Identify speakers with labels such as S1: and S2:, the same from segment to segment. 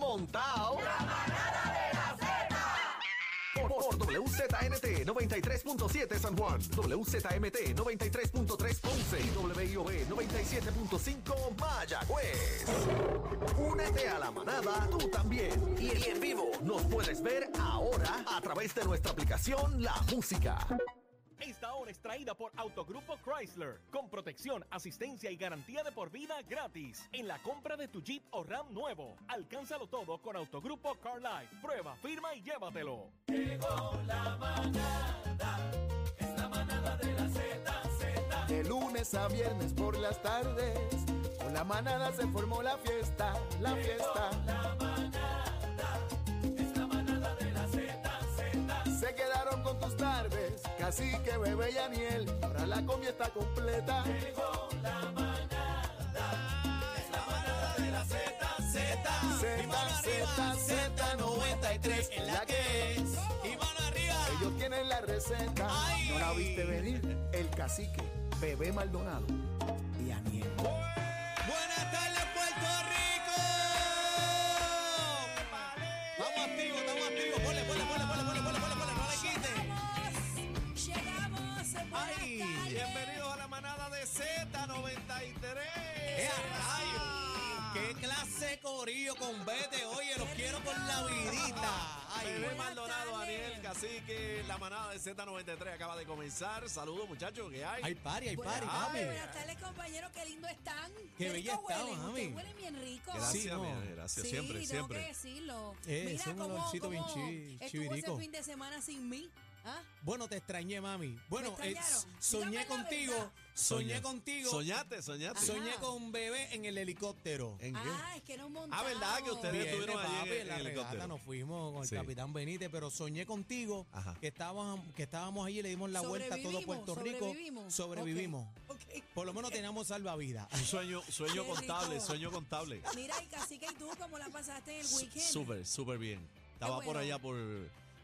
S1: montado.
S2: La manada de la Z.
S1: Por, por WZNT 93.7 San Juan, WZMT 93.3 Ponce y WIOB 97.5 Mayagüez. Únete a la manada tú también. Y en vivo nos puedes ver ahora a través de nuestra aplicación La Música.
S3: Esta hora es traída por Autogrupo Chrysler, con protección, asistencia y garantía de por vida gratis. En la compra de tu Jeep o Ram nuevo, alcánzalo todo con Autogrupo CarLife. Prueba, firma y llévatelo.
S2: Llegó la manada. Es la manada de la Z, Z.
S4: De lunes a viernes por las tardes, con la manada se formó la fiesta, la
S2: Llegó
S4: fiesta.
S2: La manada. Es la manada de la Z, Z.
S4: Se quedaron con tus tardes, cacique, bebé y Aniel, ahora la comida está completa.
S2: Llegó la manada. Es la manada de la Z, Z.
S4: Z,
S5: Y mano
S4: Z,
S5: arriba,
S4: Z,
S5: 93 en la que es. Y mano arriba,
S4: Ellos tienen la receta,
S5: Ay.
S4: no la viste venir, el cacique, bebé Maldonado y Aniel.
S5: buenas tardes Puerto Rico. Estamos activos, estamos activos. Ponle, ponle, ponle, ponle, ponle, ponle, ponle, ponle, no le quiten.
S6: Llegamos, llegamos. en buenas
S5: Ay,
S6: tardes.
S7: Bienvenidos a la manada de Z93.
S5: ¡Eh, a rayo! ¡Qué clase de corillo con vete! Oye, los quiero con la vidita.
S7: Bebé
S5: Ay,
S7: Maldonado,
S6: tardes.
S7: Daniel Cacique, la manada de Z93 acaba de comenzar. Saludos, muchachos, ¿qué hay?
S5: hay pari, hay
S6: Buenas
S5: pari,
S6: tardes,
S5: mami.
S6: buenas tardes, compañeros. Qué lindo están.
S5: bella
S6: rico
S5: estamos,
S6: huelen.
S5: mami.
S6: Ustedes huelen bien rico.
S7: Gracias,
S5: Sí, no.
S7: mira, gracias,
S6: Sí,
S7: siempre,
S6: tengo
S7: siempre.
S6: que decirlo.
S5: Eh,
S6: Mira
S5: es un
S6: cómo,
S5: olorcito bien
S6: cómo
S5: chi-
S6: estuvo
S5: chivirico.
S6: ese fin de semana sin mí. ¿Ah?
S5: Bueno, te extrañé, mami. Bueno,
S6: Me
S5: eh,
S6: extrañaron.
S5: soñé
S6: Dígame la
S5: contigo,
S6: verdad.
S5: soñé contigo.
S7: Soñaste, soñaste.
S6: Soñ-
S5: Soñé
S6: Ajá.
S5: con un bebé en el helicóptero.
S7: ¿En qué?
S6: ah, es que no montamos.
S7: Ah, ¿verdad que ustedes-
S5: Viene,
S7: estuvieron allí en
S5: papi,
S7: el-
S5: en la
S7: en el
S5: regata
S7: helicóptero.
S5: nos fuimos con el
S7: Sí.
S5: capitán Benítez, pero soñé contigo
S7: Ajá.
S5: que estábamos que estábamos allí, le dimos la vuelta a todo
S6: Sobrevivimos,
S5: Puerto Rico,
S6: sobrevivimos.
S5: sobrevivimos.
S6: Ok, Eh. ok.
S5: Por lo menos teníamos salvavidas.
S7: Un sueño, sueño
S6: Qué
S7: contable,
S6: rico.
S7: sueño contable.
S6: Mira, y cacique, ¿y tú cómo la pasaste en el
S7: Su-
S6: weekend?
S7: Súper, súper bien. Estaba por
S6: bueno.
S7: allá por,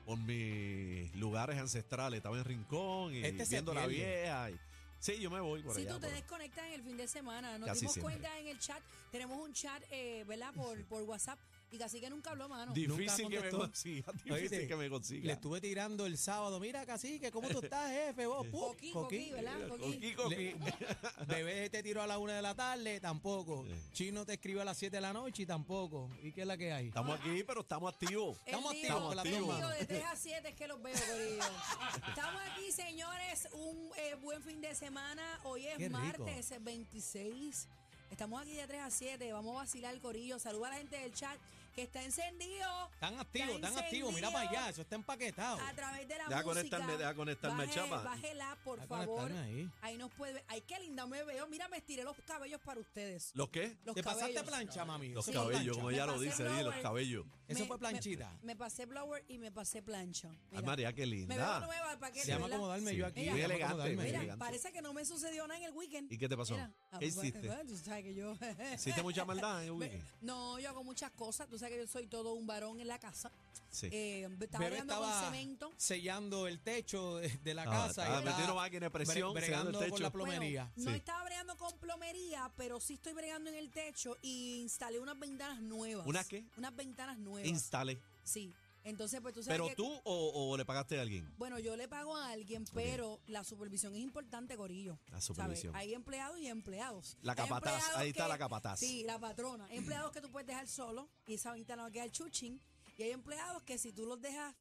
S7: por mis lugares ancestrales. Estaba en Rincón y
S5: Este se
S7: viendo la
S5: pierde.
S7: vieja. y- Sí, yo me voy por
S6: Si
S7: allá.
S6: tú te
S7: por-
S6: desconectas en el fin de semana, nos
S7: Casi
S6: dimos
S7: siempre.
S6: cuenta en el chat, tenemos un chat, eh, ¿verdad? Por, por WhatsApp, y casi que nunca habló, mano.
S7: Difícil
S5: Nunca
S7: que me
S5: contestó.
S7: consiga, difícil
S5: Oíste,
S7: que me consiga.
S5: Le estuve tirando el sábado, mira, cacique, ¿cómo tú estás, jefe? Vos, Pum,
S6: Coquí, coquí, ¿verdad? Coquí.
S7: Coquí, coquí.
S5: Le- bebé te tiró a la una de la tarde, tampoco. Chino te escribió a las 7 de la noche y tampoco. ¿Y qué es la que hay?
S7: Estamos aquí, pero estamos activos.
S6: El
S5: Estamos
S6: lío-
S5: activos con las
S6: el
S5: dos
S6: lío
S5: manos.
S6: de 3 a 7 es que los veo, Corillo. Estamos aquí, señores. Un eh, buen fin de semana. Hoy es
S5: Qué rico.
S6: martes es 26. Estamos aquí de 3 a 7. Vamos a vacilar, Corillo. Saluda a la gente del chat que está encendido.
S5: Están activos,
S6: Está
S5: están activos, mira para
S6: encendido.
S5: allá, eso está empaquetado.
S6: A través de la
S7: Deja
S6: música.
S7: conectarme, deja conectarme,
S6: Baje-
S7: chapa.
S6: Bájela, por
S5: Deja
S6: favor.
S5: conectarme ahí.
S6: nos puede ver. Ay, qué linda me veo. Mira, me estiré los cabellos para ustedes.
S7: ¿Los qué?
S6: Los
S5: ¿Te pasaste
S6: cabellos.
S5: plancha, mami?
S7: Los
S5: Eso fue
S7: cabellos,
S5: plancha.
S7: como
S6: Me
S7: ella lo
S6: pasé
S7: dice, ahí, los
S6: blower.
S7: cabellos.
S5: Eso fue planchita.
S6: Me, me pasé blower y me pasé plancha.
S7: Ay,
S6: Mira.
S7: María, qué
S6: Me veo
S7: linda.
S6: nueva, ¿para qué?
S5: Se llama
S6: ¿Verdad?
S5: acomodarme
S7: Sí.
S5: yo aquí.
S6: Muy
S5: se llama
S7: elegante,
S5: acomodarme.
S7: muy
S6: Mira,
S7: elegante.
S6: parece que no me sucedió nada en el weekend.
S7: ¿Y qué te pasó?
S6: Mira, ah,
S7: ¿Qué
S6: pues,
S7: hiciste?
S6: bueno, tú sabes que yo...
S7: ¿Hiciste mucha maldad en el weekend?
S6: No, yo hago muchas cosas. Tú sabes que yo soy todo un varón en la casa.
S7: Sí.
S6: Eh, estaba
S5: Bebé
S6: bregando
S5: estaba
S6: con cemento.
S5: sellando el techo de, de la
S7: Ah,
S5: casa.
S7: estaba
S5: y estaba
S7: metiendo máquina de presión,
S5: bre-
S7: sellando el
S5: bregando con
S7: techo.
S5: la
S6: Bueno,
S5: plomería.
S6: no
S7: Sí.
S6: estaba bregando con plomería, pero sí estoy bregando en el techo y instalé unas ventanas nuevas.
S7: ¿Unas qué?
S6: Unas ventanas nuevas.
S7: Instale.
S6: sí. Entonces, pues tú sabes
S7: ¿Pero
S6: que-
S7: tú o, o le pagaste a alguien?
S6: Bueno, yo le pago a alguien, pero la supervisión es importante, Corillo.
S7: La supervisión.
S6: ¿Sabes? Hay empleados y empleados.
S7: La
S6: Hay
S7: capataz,
S6: empleados
S7: ahí está la capataz.
S6: Sí, la patrona. Hay empleados que tú puedes dejar solo y esa ventana va a quedar chuchín. Y hay empleados que si tú los dejas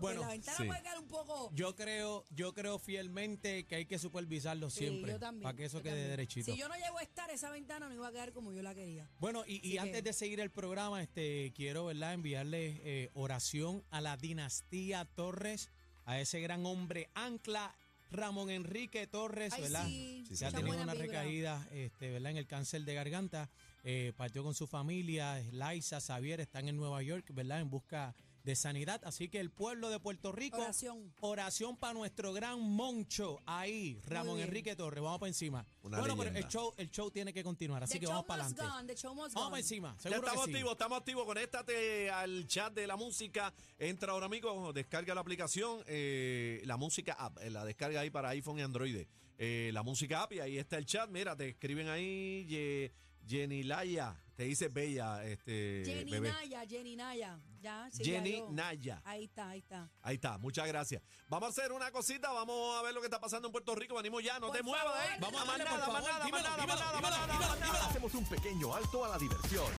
S5: Bueno,
S6: pues la ventana
S7: sí.
S6: puede quedar un poco.
S5: Yo creo, yo creo fielmente que hay que supervisarlo
S6: Sí,
S5: siempre.
S6: yo también,
S5: Para que eso
S6: yo
S5: quede
S6: también.
S5: derechito.
S6: Si yo no llego a estar, esa ventana no iba a quedar como yo la quería.
S5: Bueno, y, y
S6: Así
S5: antes
S6: que-
S5: de seguir el programa, este, quiero ¿verdad? enviarle eh, oración a la dinastía Torres, a ese gran hombre ancla, Ramón Enrique Torres,
S6: Ay,
S5: ¿verdad?
S6: sí,
S7: Sí,
S5: que ha
S7: mucha
S5: tenido
S6: buena
S5: una
S6: vibra.
S5: recaída este, ¿verdad? en el cáncer de garganta. Eh, partió con su familia, Laisa, Xavier, están en Nueva York, ¿verdad? En busca de sanidad. Así que el pueblo de Puerto Rico,
S6: Oración.
S5: oración para nuestro gran moncho ahí, Ramón
S6: bien.
S5: Enrique Torres. Vamos para encima.
S7: Una
S5: bueno, pero el
S7: leyenda.
S5: show, el show tiene que continuar, así
S6: The
S5: que
S6: show
S5: vamos para
S6: must
S5: adelante.
S6: gone, the show
S5: Vamos
S6: must gone.
S5: para encima,
S7: Ya
S5: seguro
S7: estamos
S5: que sí.
S7: activos, estamos activos. Conéctate al chat de la música. Entra ahora mismo, descarga la aplicación, eh, la música app, eh, la descarga ahí para iPhone y Android. Eh, la música app y ahí está el chat. Mira, te escriben ahí Ye- Yenilaya. Te dice Bella,
S5: eh,
S7: este,
S6: Jenny
S7: bebé.
S6: Naya, Jenny Naya. Ya, sí, ya
S7: Jenny
S6: yo-
S7: Naya.
S6: Ahí está, ahí está.
S7: Ahí está, muchas gracias. Vamos a hacer una cosita, vamos a ver lo que está pasando en Puerto Rico. Venimos ya, no
S6: Por
S7: te muevas,
S6: favor,
S7: ¿eh?
S5: Vamos a
S7: Más
S5: darle, por
S7: nada, más
S5: favor.
S7: nada, más
S5: Dímelo,
S7: nada, más
S5: dímelo,
S7: nada, más
S5: dímelo,
S7: nada,
S5: dímelo,
S7: más nada.
S1: Hacemos un pequeño alto a la diversión